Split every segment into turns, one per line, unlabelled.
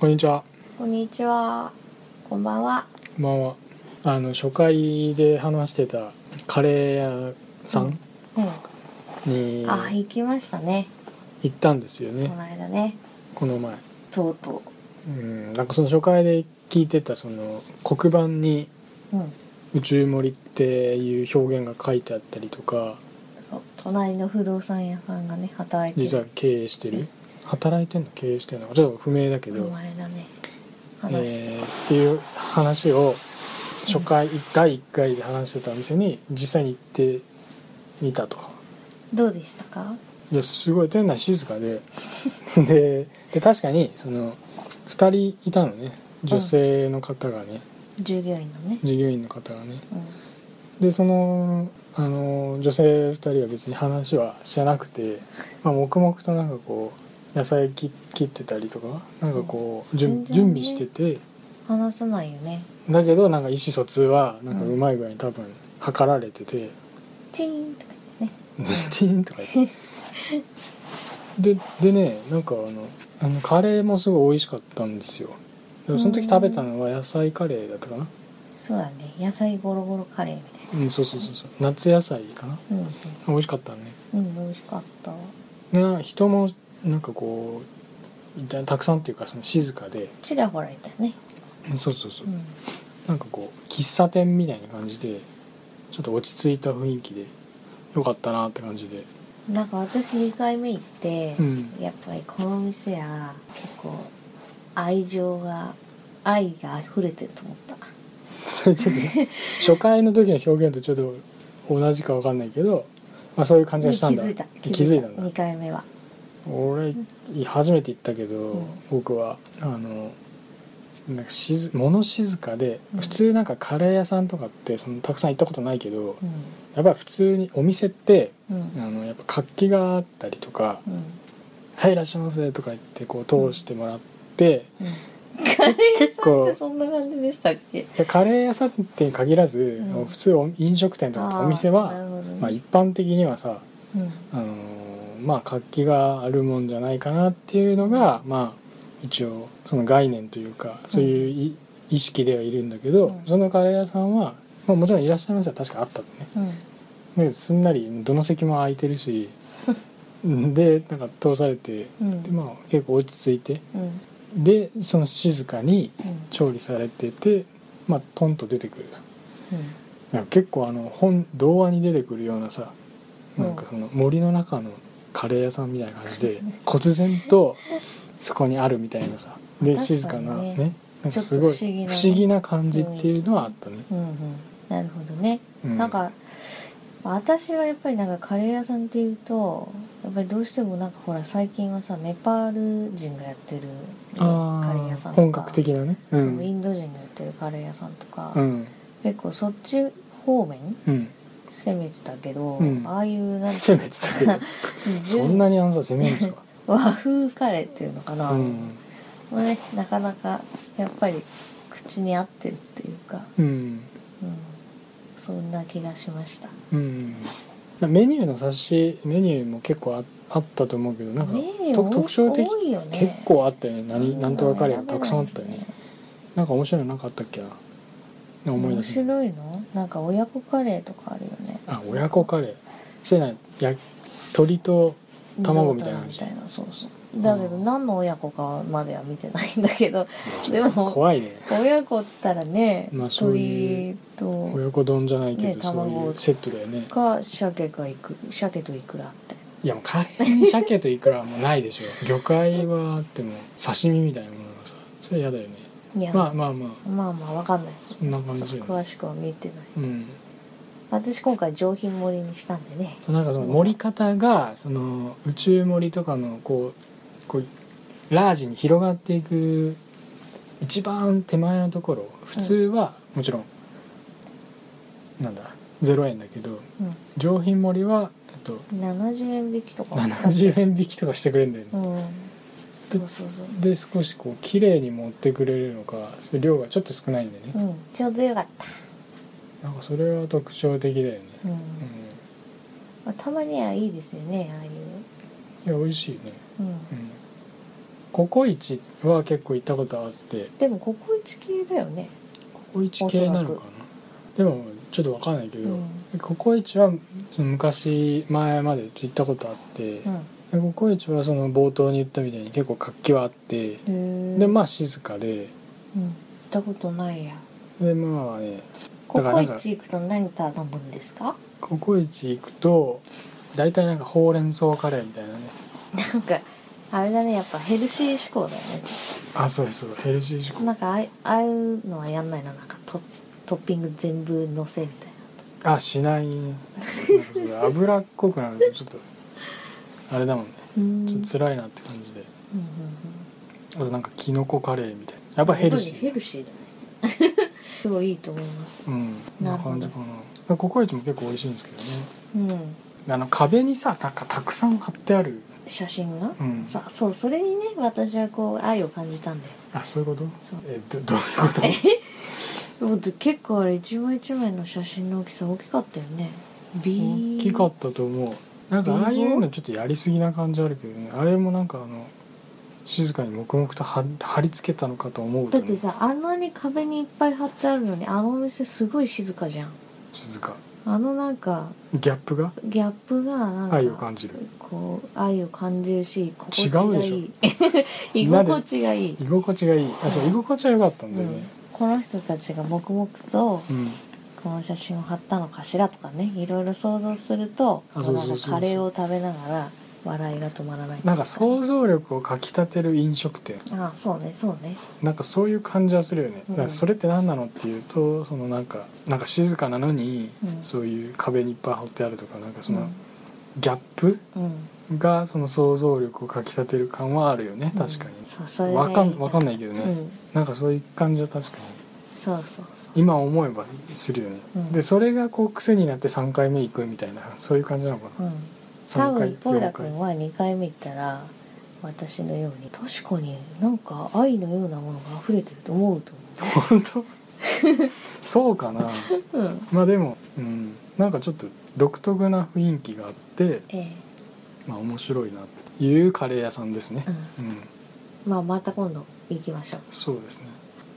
こんにちは。
こんにちは。こんばんは。
こんばんは。あの初回で話してたカレー屋さん
うん。
に
あ、行きましたね。
行ったんですよ
こ
ね。
の間ね。
この前。
とうと
うん。なんかその初回で聞いてたその黒板に
う。うん。
宇宙盛りっていう表現が書いてあったりとか、
そう。隣の不動産屋さんがね、働いてる。
実は経営してる。働いてんの経営してんのかちょっと不明だけ
こ
ど
の。前だね。
え
話して。
ーっていう話を初回第1回で話してたお店に実際に行ってみたと
どうでしたか。
ですごい店内静かで でで確かにその2人いたのね女性の方がね、
従業員のね。
従業員の方がね
う
でそのあの女性2人は別に話はしてなくて、まあ、黙々となんかこう野菜切切ってたりとかなんかこう、準
全然
準
ね
備してて。
ん。話さないよね。
だけどなんか意思疎通はなんかうまい具合に多分測られてて
チーンとか言ってね。
「チーン」とか言ってででねなんかあのあのカレーもすごい美味しかったんですよでもその時食べたのは野菜カレーだったかな
そうだね。野菜ゴロゴロカレーみ
うんそうそうそうそう夏野菜かな
たいな。
美味しかったね
うん。うん、美味しかった。
な人もなんかこういたたくさんっていうかその静かで
ちらほらいたね。
うんそうそうそう
うん。
なんかこう喫茶店みたいな感じでちょっと落ち着いた雰囲気でよかったなって感じで
なんか私2回目行って、
うん
やっぱりこの店は結構愛情が愛が溢れてると思った
それちょっと ね初回の時の表現とちょっと同じか分かんないけど、まあ、そういう感じがしたんだ
気づいた
気づいたんだ
2回目は
俺初めて行ったけど、
うん
僕はあのなんか静物静かで
うん
普通なんかカレー屋さんとかってそのたくさん行ったことないけど
う
やっぱり普通にお店って
んう
あ
ん
のやっぱ活気があったりとか
うん
「はいいらっしゃいませ」とか言ってこう通してもらって、
うんカレー屋
結
さんっ
構
てそんな感じでしたっけ
いやカレー屋さんって限らず、
うん
普通お飲食店とかお店
あーなる
は、
ほどね
まあ、一般的にはさ
うん
あのーまあ活気があるもんじゃないかなっていうのがまあ一応その概念というかそういうい、意識ではいるんだけど、
うん
そのカレー屋さんは、まあ、もちろんいらっしゃいませは確かあったのね
うん
だけどすんなりどの席も空いてる しでなんか通されて
うん
で、まあ、結構落ち着いて
うん
でその静かに
うん
調理されてて、まあ、トンと出てくる
うん
なんか結構あの本童話に出てくるようなさなんかその森の中のカレー屋さんみたいな感じで忽然とそこにあるみたいなさで
確かにね
静かなねなんかすごい
ちょっと不思議なね
不思議な感じっていうのはあったね。
うんうんなるほどね
うん
なんか私はやっぱりなんかカレー屋さんっていうとやっぱりどうしてもなんかほら最近はさネパール人がやってる
あ
カレー屋さんとか
本格的なね。う
そ
ん
うインド人がやってるカレー屋さんとか、
うん
結構そっち方面
うん、
攻めてたけど、
うん
ああいうなんか
攻めてた けどそんなにあのさ攻めるんですか、
和風カレーっていうのかな、
うん
もうねなかなかやっぱり口に合ってるっていうか、
うん
うん、そんな気がしました
うん、メニューの冊子メニューも結構ああったと思うけどなんか
メニュー
と
多
特徴的
多いよね
結構あったよね何
う
なんとかカレーがたくさんあったよねなんか面白いのなんかあったっけななんか思い出
面
せない
白いのなんか親子カレーとかあるよね
あ親子カレーそういうのはや鶏と卵みたいな感
どうだろうみ
じ
たいなそうそうだけど何の親子かまでは見てないんだけどでも
怖いね
親子ったらね、
まあそうい
鳥と
親子丼じゃないけど、
ね
そういう
卵
セットだよね
か鮭かいく鮭といくらって
いやもうカレーに鮭といくらはもうないでしょ 魚介はあっても刺身みたいなものがさそれ嫌だよね
いや、
ま
ま
あまあまあ
あ、まあわかんないです
そんな感じだよね
詳しくは見てない
うん
私今回上品盛りにしたんでね
なんかその盛り方がその宇宙盛りとかのこうこうラージに広がっていく一番手前のところ普通はもちろん、なんだ0円だけど
う
上品盛りは、えっと、
ん70円引きとか
70円引きとかしてくれるんだよね。
うんそうそうそう
で少しこう綺麗に持ってくれるのかそれ量がちょっと少ないんでね
うんちょうどよかった、
なんかそれは特徴的だよね、
うん
う
まあ、たまにはいいですよねああいう、
ん、いや美味しいね、
うん、
うん、ココイチは結構行ったことあって
でもココイチ系だよね
ココイチ系なのか
お
な
そら
でもちょっとわかんないけど、
うん
ココイチはその昔前まで行ったことあって、
う
でココイチはその冒頭に言ったみたいに結構活気はあって、
んへえ
でまあ静かで
うん、行ったことないや
でまあね
コ
だからな
コ
ん
イ
か
チ行くと何頼むんですか
ココイチ行くと大体なんかほうれん草カレーみたいなね
なんかあれだねやっぱヘルシー志向だよねちょ
あそうですそうですヘルシー志
っと
向
なんかあいああいうのはやんないのなんかトトッピング全部のせみたいな
あしないねなんかそれ脂っこくなるとちょっとあれだもんね
うん
ちょっと
う
辛いなって感じで
んうんうん
あとなんかキノコカレーみたいなやっぱヘルシ
本当にヘ
ー
ルシーだね すごいいいと思います
うんこんな感じかなココイチも結構美味しいんですけどね
うん
あの壁にさなんかたくさん貼ってある
写真が、
うん
さそうそれにね私はこう愛を感じたんだよ
あそういうこと
そう
えど どういうこと
でも結構あれ一枚一枚の写真の大きさ大きかったよね
大
B
きかったと思うなんかああいうのちょっとやりすぎな感じあるけどねあれもなんかあの静かに黙々と貼貼り付けたのかと思うと
だ
ね
ってさあんなに壁にいっぱい貼ってあるのにあのお店すごい静かじゃん
静か
あのなんか
ギャップが
ギャップがなんか
愛を感じる
こう愛を感じるし心地
違う
が
で
い
しょ
い 居心地がいい、
居心地がいいあそう居心地は良かった
うん
だよ
ん
ね、
この人たちが黙々と
うん
この写真を貼ったのかしらとかねいろいろ想像すると
あ
こ
そうう
な
そうんそうそ
か
う
カレーを食べながら笑いが止まらない
なんか想像力をかきたてる飲食店
ああそうねそうね
なんかそういう感じはするよね、
うん
だからそれって何なのっていうとそのなんかなんか静かなのに、
うん
そういう壁にいっぱい貼ってあるとかなんかその
うん
ギャップ
うん
がその想像力をかきたてる感はあるよね確か
うん
に、
そうそれ
わかんわ
分
かんないけどね、
うん
なんかそういう感じは確かに
そうそうそう
今思えばするよね、
うん
でそれがこう癖になって3回目行くみたいなそういう感じなのかな
うん多
三回
分ポー
4
ラ君
回
は2回目行ったら私のように確かになんか愛のようなものが溢れてると思うと
本当そうかな
思ううん
まあでも、うん、なんかちょっと独特な雰囲気があって、
ええ
まあ、面白いなっていうカレー屋さんですね
う、
うん
んまあまた今度行きましょう
そうですね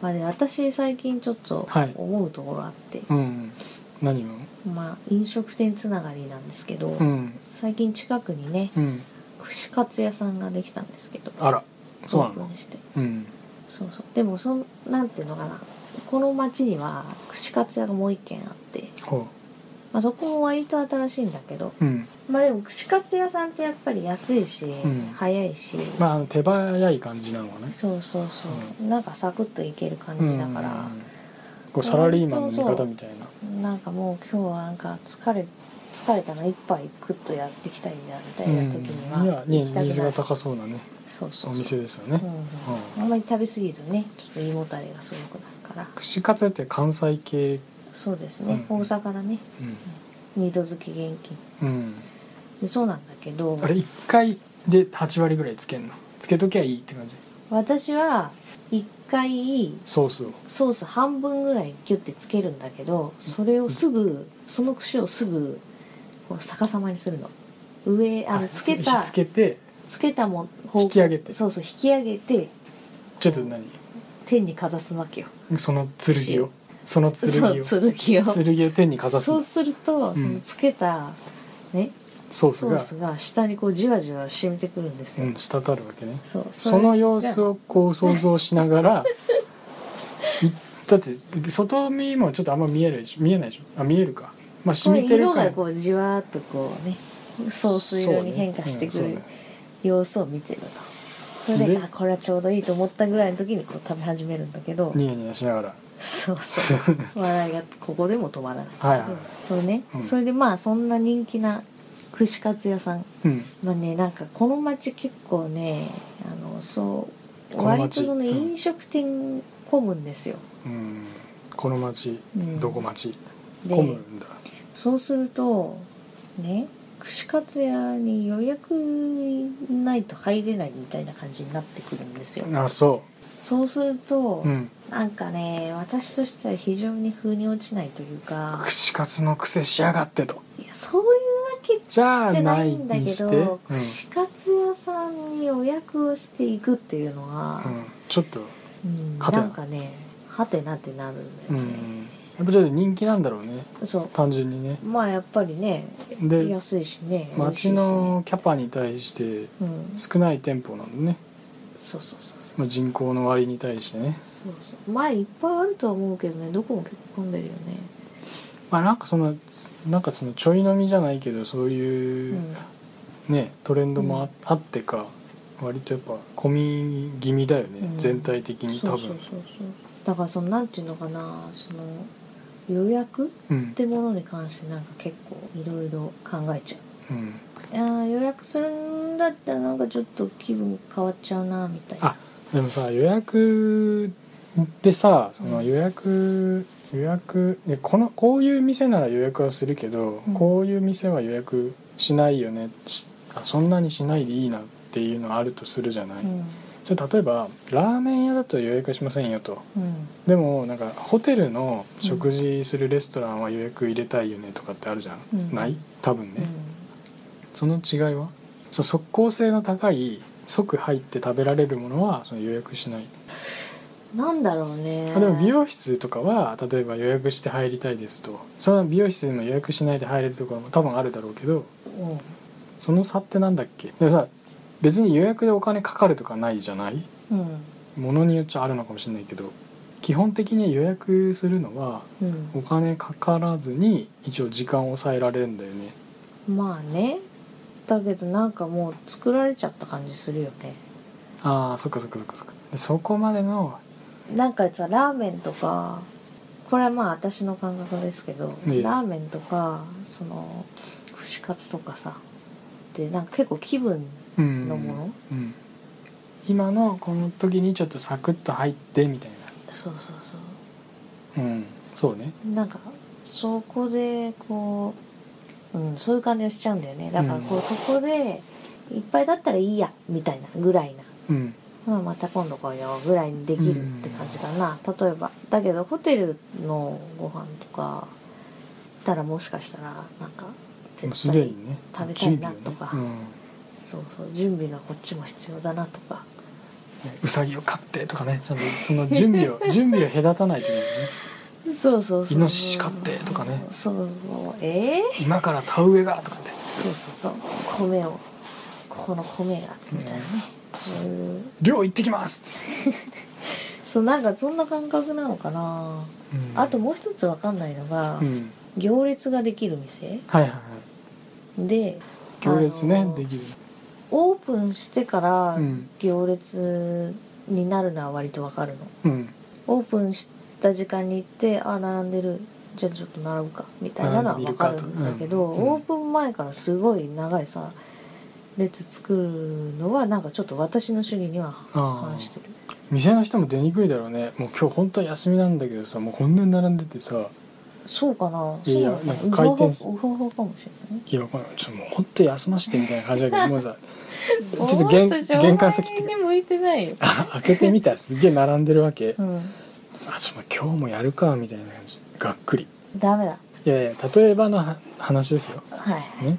まあで私最近ちょっと
はい
思うところあって、
うんうん何も
まあ飲食店つながりなんですけど、
うん
最近近くにね
うん
串カツ屋さんができたんですけど
あらそう
オ
な
ープ
の
ンして
うん
そうそうでもそんなんていうのかなこの町には串カツ屋がもう一軒あって、
ほ
まあ、そこも割と新しいんだけど
ううん
まあでも串カツ屋さんってやっぱり安いし、
ん
早いし、
まああの手早い感じなのはね
そうそうそう、なんかサクッといける感じだから、
うんうんうんこうサラリーマンの味方みたいな
なんかもう今日はなんか疲れ疲れたな一杯クッとやっていきたいんだみたいな時に
うんい
は
や
行
ね
きたく
ニーズ
な
が
る、
高そうなね
そうそ
お
うそ
店
う、
ですよね
うんうんあんまり食べ過ぎずねちょっと胃もたれがすごくなるから
串カツって関西系
そうですね、
うん
大阪だね二度漬け現金
うん、うん、
でそうなんだけど
あれ一回で8割ぐらいつけんのつけときゃいいって感じ
私は一回
ソースを
ソース半分ぐらいギュッてつけるんだけどそれをすぐその串をすぐこう逆さまにするの上あのつけた
つけて
つけたもん方向
引き上げて
そうそう引き上げて
ちょっと何
天にかざすわけよ
その剣をその剣
そう
を
剣を
剣を天にかざす
そうすると、
うん
そのつけたね
ソース
ソー
が
スが下にこうじわじわ染みてくるんです
う
よ、
ん滴るわけね
そう
その様子
を
をこう想像しなが らいだって外見もちょっとあんま見えるでしょ見えないでしょあ見えるかまあ染みてる
色
か
が
ら
こうじわーっとこうねソース色に変化してく
そうねう
る
んそうね
様子を見てるとそれで
で
あこれはちょうどいいと思ったぐらいの時にこう食べ始めるんだけど
ニヤニヤしながら
そうそう笑いがここでも止まらない
はいはい
でそうね、
うん
それでまあそんな人気な串カツ屋さん
うん
まあねなんかこの町結構ねあのそう
この
割
町
とその
うん
飲食店混むんですよ、
うんこの町
うん
どこ町
で
混むんだ
そうするとね串カツ屋に予約ないと入れないみたいな感じになってくるんですよ
あそ
そうすると、
ううん
なんかね私としては非常に風に落ちないというか
串カツの癖しやがってと
いやそういうわけ
じゃあ
じゃな
ないい
んだけ
にして
ど、
うん
串カツ屋屋さんに予約をしていくっていうのは、
うん、ちょっと、
うん
はてな
なんかねはてなってなるん
う
だよね、
ん、やっぱちょっと人気なんだろうね
そ
単純にね
うまあやっぱりね
で
安いしね美味しいし
町
ね
のキャパに対して
うん
少ない店舗なんでね、
そうそうそうそう
まあ、人口の割に対してね
そうそう前いっぱいあるとは思うけどねどこも結構混んでるよね
まあなんかそのなんかそのちょい飲みじゃないけどそう
う
いう、
ん
ねトレンドもあ,、ってか割とやっぱ込み気味だよね、
うん
全体的に
そ
多
うそうそう
分
そうだからそのなんていうのかなその予約っ
うん
てものに関してなんか結構いろいろ考えちゃう
うん
あー予約するんだったらなんかちょっと気分変わっちゃうなみたいな
あでもさ予約でさその
うん
予約、予約いやこのこういう店なら予約はするけど、
うん
こういう店は予約しないよねしあそんなにしないでいいなっていうのはあるとするじゃない、
うん
それ例えばラーメン屋だと予約はしませんよと
うん
でもなんかホテルの食事するレストランは予約入れたいよねとかってあるじゃん、
うん
ない多分ね、
う
その違いはそう即効性の高い即入って食べられるものはその予約しない
んなんだろうね
あでも美容室とかは例えば予約して入りたいですとその美容室でも予約しないで入れるところも多分あるだろうけど
うん
その差ってなんだっけでもさ別に予約でお金かかるとかないじゃない
うん
ものによっちゃあるのかもしれないけど基本的に予約するのは
うん
お金かからずに一応時間を抑えられるんだよね
まあねだけどなんかもう作られちゃった感じするよね
ああそっかそっかそっかそっかでそこまでの
なんかさラーメンとかこれはまあ私の感覚ですけど、
ええ
ラーメンとかその串カツとかさでなんか結構気分
うん
のもの
うん、今のこの時にちょっとサクッと入ってみたい
そうそうそ
なうんそうね
うなんかそこでこう、うん、そういう感じがしちゃうんだよねだからこう、
うん
そこでいっぱいだったらいいやみたいなぐらいな
うん
まあ、また今度来ようぐらいにできるって感じかな、例えばだけどホテルのご飯とか行ったらもしかしたらなんか
もう
絶
すで
対
にね
食べたいなとか
準備をね
そうそう準備がこっちも必要だなとか
うんねうさぎを飼ってとかねちゃんとその準備を 準備を隔たないといけないね
そうそうそう
イノシシ飼ってとかね
そうそうええ
今から田植えがとかって
そうそうそう米をここの米がみたいなね、そういう
漁行ってきますって、
そうなんかそんな感覚なのかな、
うん
あともう一つわかんないのが、
うん
行列ができる店
はいはいはい
で
行列ね、
あの
できる
オープンしてから
うん
行列になるのは割とわかるの、
うん
オープンした時間に行ってあ並んでるじゃあちょっと並ぶかみたいなのはわかるんだ
並んでみ
けど、
るかとうん
オープン前からすごい長いさ列作るのはなんかちょっと私の主義には
あ
反し
ー
てる
店の人も出にくいだろうねもう今日本当は休みなんだけどさもうこんなに並んでてさ
そうかなそ
いうや
なのか
な
な
んか回転す
ウホホウホホかもしれない
いやわかんないちょっともう本当休ませてみたいな感じだけども うさちょっと
ほん
玄
と上
玄関先って
に向いてないよ、
あ開けてみたらすっげえ並んでるわけ
うん、
あちょっと今日もやるかみたいな感じがっくり
ダメだ
いやいや例えばのは話ですよ
はい
ね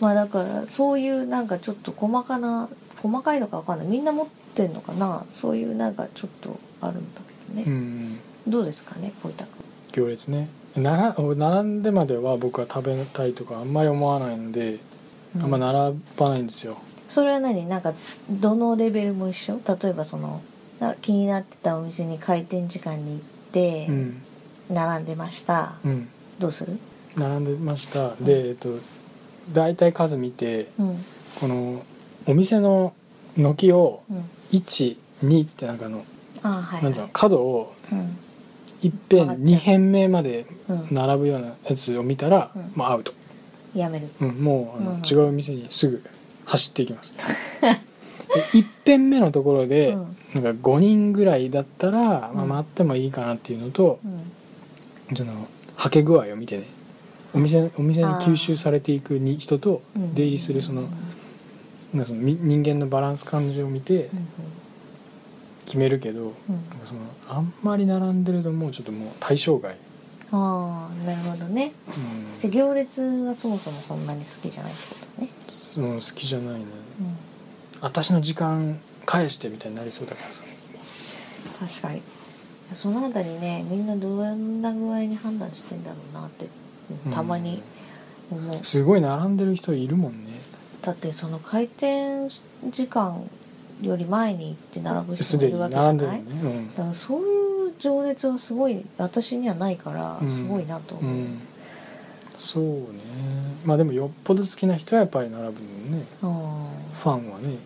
まあだからそういうなんかちょっと細かな細かいのかわかんないみんな持ってんのかなそういうなんかちょっとあるんだけど
う
ね、
ん
どうですかねこういった君
行列ねなら並んでまでは僕は食べたいとかあんまり思わないので、あんま並ばないんですよ
それは何なんかどのレベルも一緒例えばそのな気になってたお店に開店時間に行って
うん
並んでました、
うん
どうする
並んでました
ん
でえっと大体数見て
うんうん
このお店の軒を12ってなんかあの
ああはい
なんだろう角を
うん
いっぺん
曲がっちゃう
2辺目まで
うん、
並ぶようなやつを見たら、
うん
まあアウト、
やめる
うん、もうあの、
うん
違う店にすぐ走っていきます で1辺目のところで、
うん
なんか5人ぐらいだったら、ま
う
あ、
ん
待ってもいいかなっていうのと、
うん
そのはけ具合を見てねお店お店に吸収されていくに人と
うん
出入りするその
うん
なんかそのみ人間のバランス感じを見て
うん
決めるけど、
うん
なんかそのあんまり並んでるともうちょっともう対象外、
ああなるほどね
うん
じゃあ行列はそもそもそんなに好きじゃないってことね、
その好きじゃないね
うん、
私の時間返してみたいになりそうだからさ
確かにそのあたりねみんなどんな具合に判断してんだろうなってうんたまに思う、
すごい並んでる人いるもんね
だってその開店時間より前に行って並ぶ人
す
もい
で
る
に
わけじ
並
ゃ
んでる
な
よ
い
ね
だからそういう情熱はすごい私にはないから
うん
すごいなと
うん、
思
う
う、
ん、そうねまあでもよっぽど好きな人はやっぱり並ぶのね
うん
ファンは ね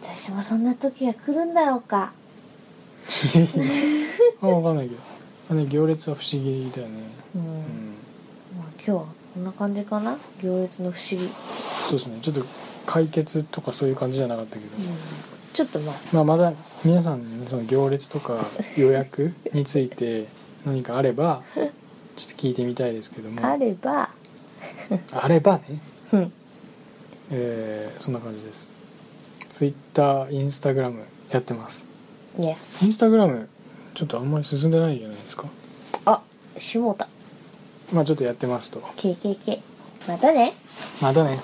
私もそんな時が来るんだろうか
あ分かんないけどあね行列は不思議だよね
うん、
うん
まあ、今日はこんな感じかな行列の不思議、
そうですねちょっと解決とかそういう感じじゃなかったけど、
ちょっとまあ
まあ、まだ皆さんにねその行列とか予 約について何かあればちょっと聞いてみたいですけども
あれば
あればね
うん
えーそんな感じですツイッターインスタグラムやってます
いや
インスタグラムちょっとあんまり進んでないじゃないですか
あ下田
まあちょっとやってますと
KKK またね
またね